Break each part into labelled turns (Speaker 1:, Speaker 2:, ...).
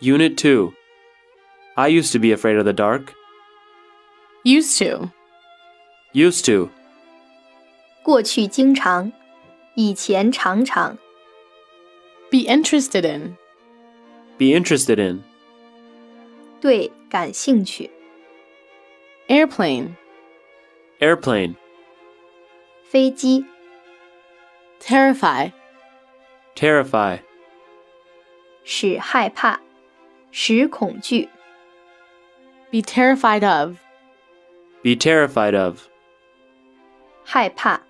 Speaker 1: Unit 2. I used to be afraid of the dark.
Speaker 2: Used to.
Speaker 1: Used to.
Speaker 3: 过去经常，以前常常，
Speaker 2: Be interested in.
Speaker 1: Be interested in.
Speaker 3: 对感兴趣，
Speaker 2: Airplane.
Speaker 1: Airplane.
Speaker 3: 飞机
Speaker 2: Terrify.
Speaker 1: Terrify.
Speaker 3: 使害怕，使恐惧，
Speaker 2: Be terrified of.
Speaker 1: Be terrified of.
Speaker 3: 害怕，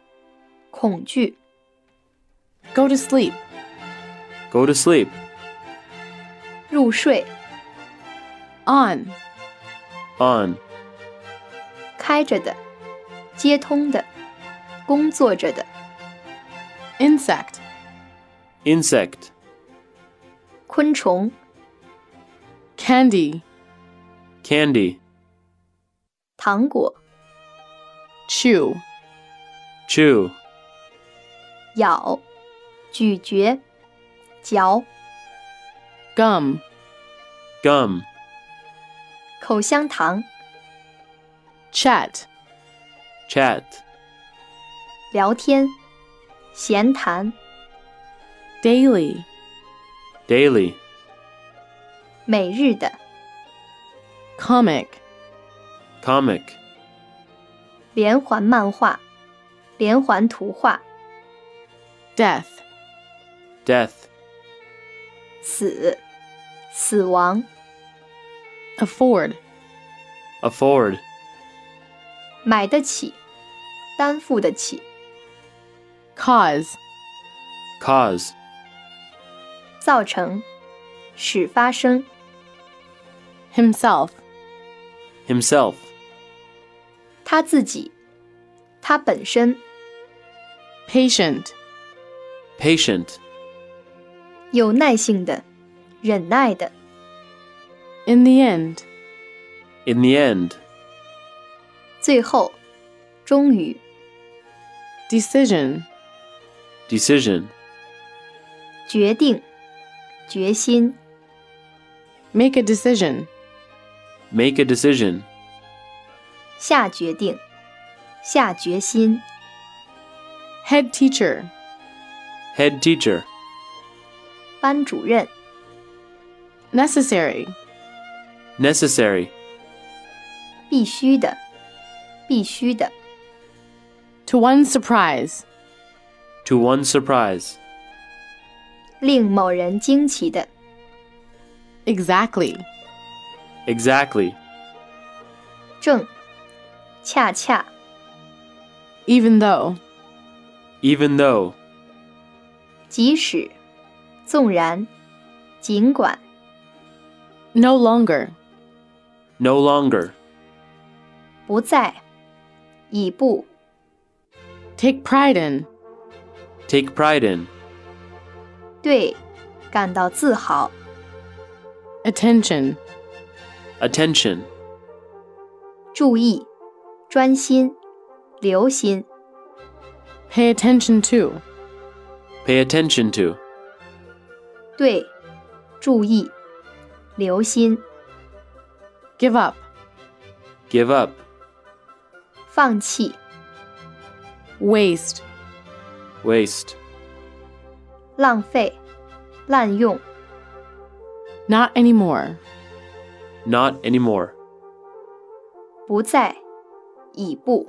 Speaker 3: 恐惧，
Speaker 2: Go to sleep.
Speaker 1: Go to sleep.
Speaker 3: 入睡，
Speaker 2: On.
Speaker 1: On.
Speaker 3: 开着的，接通的，工作着的，
Speaker 2: Insect.
Speaker 1: Insect.
Speaker 3: 昆虫，
Speaker 2: Candy.
Speaker 1: Candy.
Speaker 3: 糖果，
Speaker 2: Chew.
Speaker 1: Chew.
Speaker 3: 咬，咀嚼，嚼，
Speaker 2: Gum.
Speaker 1: Gum.
Speaker 3: 口香糖，
Speaker 2: Chat.
Speaker 1: Chat.
Speaker 3: 聊天，闲谈，
Speaker 2: Daily.
Speaker 1: Daily.
Speaker 3: 每日的，
Speaker 2: Comic.
Speaker 1: Comic.
Speaker 3: 连环漫画，连环图画，
Speaker 2: Death.
Speaker 1: Death.
Speaker 3: 死，死亡，
Speaker 2: Afford.
Speaker 1: Afford.
Speaker 3: 买得起，担负得起。
Speaker 2: Cause.
Speaker 1: Cause.
Speaker 3: 造成，使发生，
Speaker 2: Himself.
Speaker 1: Himself.
Speaker 3: 他自己，他本身，
Speaker 2: Patient.
Speaker 1: Patient.
Speaker 3: 有耐性的，忍耐的，
Speaker 2: In the end.
Speaker 1: In the end.
Speaker 3: 最后，终于，
Speaker 2: Decision.
Speaker 1: Decision.
Speaker 3: 决定，决心，
Speaker 2: Make a decision.
Speaker 1: Make a decision.
Speaker 3: 下决定，下决心，
Speaker 2: Head teacher.
Speaker 1: Head teacher.
Speaker 3: 班主任，
Speaker 2: Necessary.
Speaker 1: Necessary.
Speaker 3: 必须的，必须的，
Speaker 2: To one's surprise.
Speaker 1: To one's surprise.
Speaker 3: 令某人惊奇的，
Speaker 2: Exactly.
Speaker 1: Exactly.
Speaker 3: 正，恰恰，
Speaker 2: Even though.
Speaker 1: Even though.
Speaker 3: 即使，纵然，尽管，
Speaker 2: No longer.
Speaker 1: No longer.
Speaker 3: 不在，已不，
Speaker 2: Take pride in.
Speaker 1: Take pride in.
Speaker 3: 对，感到自豪。
Speaker 2: Attention.
Speaker 1: Attention.
Speaker 3: 注意、专心、留心、
Speaker 2: Pay attention to.
Speaker 1: Pay attention to.
Speaker 3: 对、注意、留心、
Speaker 2: Give up.
Speaker 1: Give up.
Speaker 3: 放弃、
Speaker 2: Waste.
Speaker 1: Waste.
Speaker 3: 浪费、滥用、
Speaker 2: Not anymore.
Speaker 1: Not anymore.
Speaker 3: 不再、已不。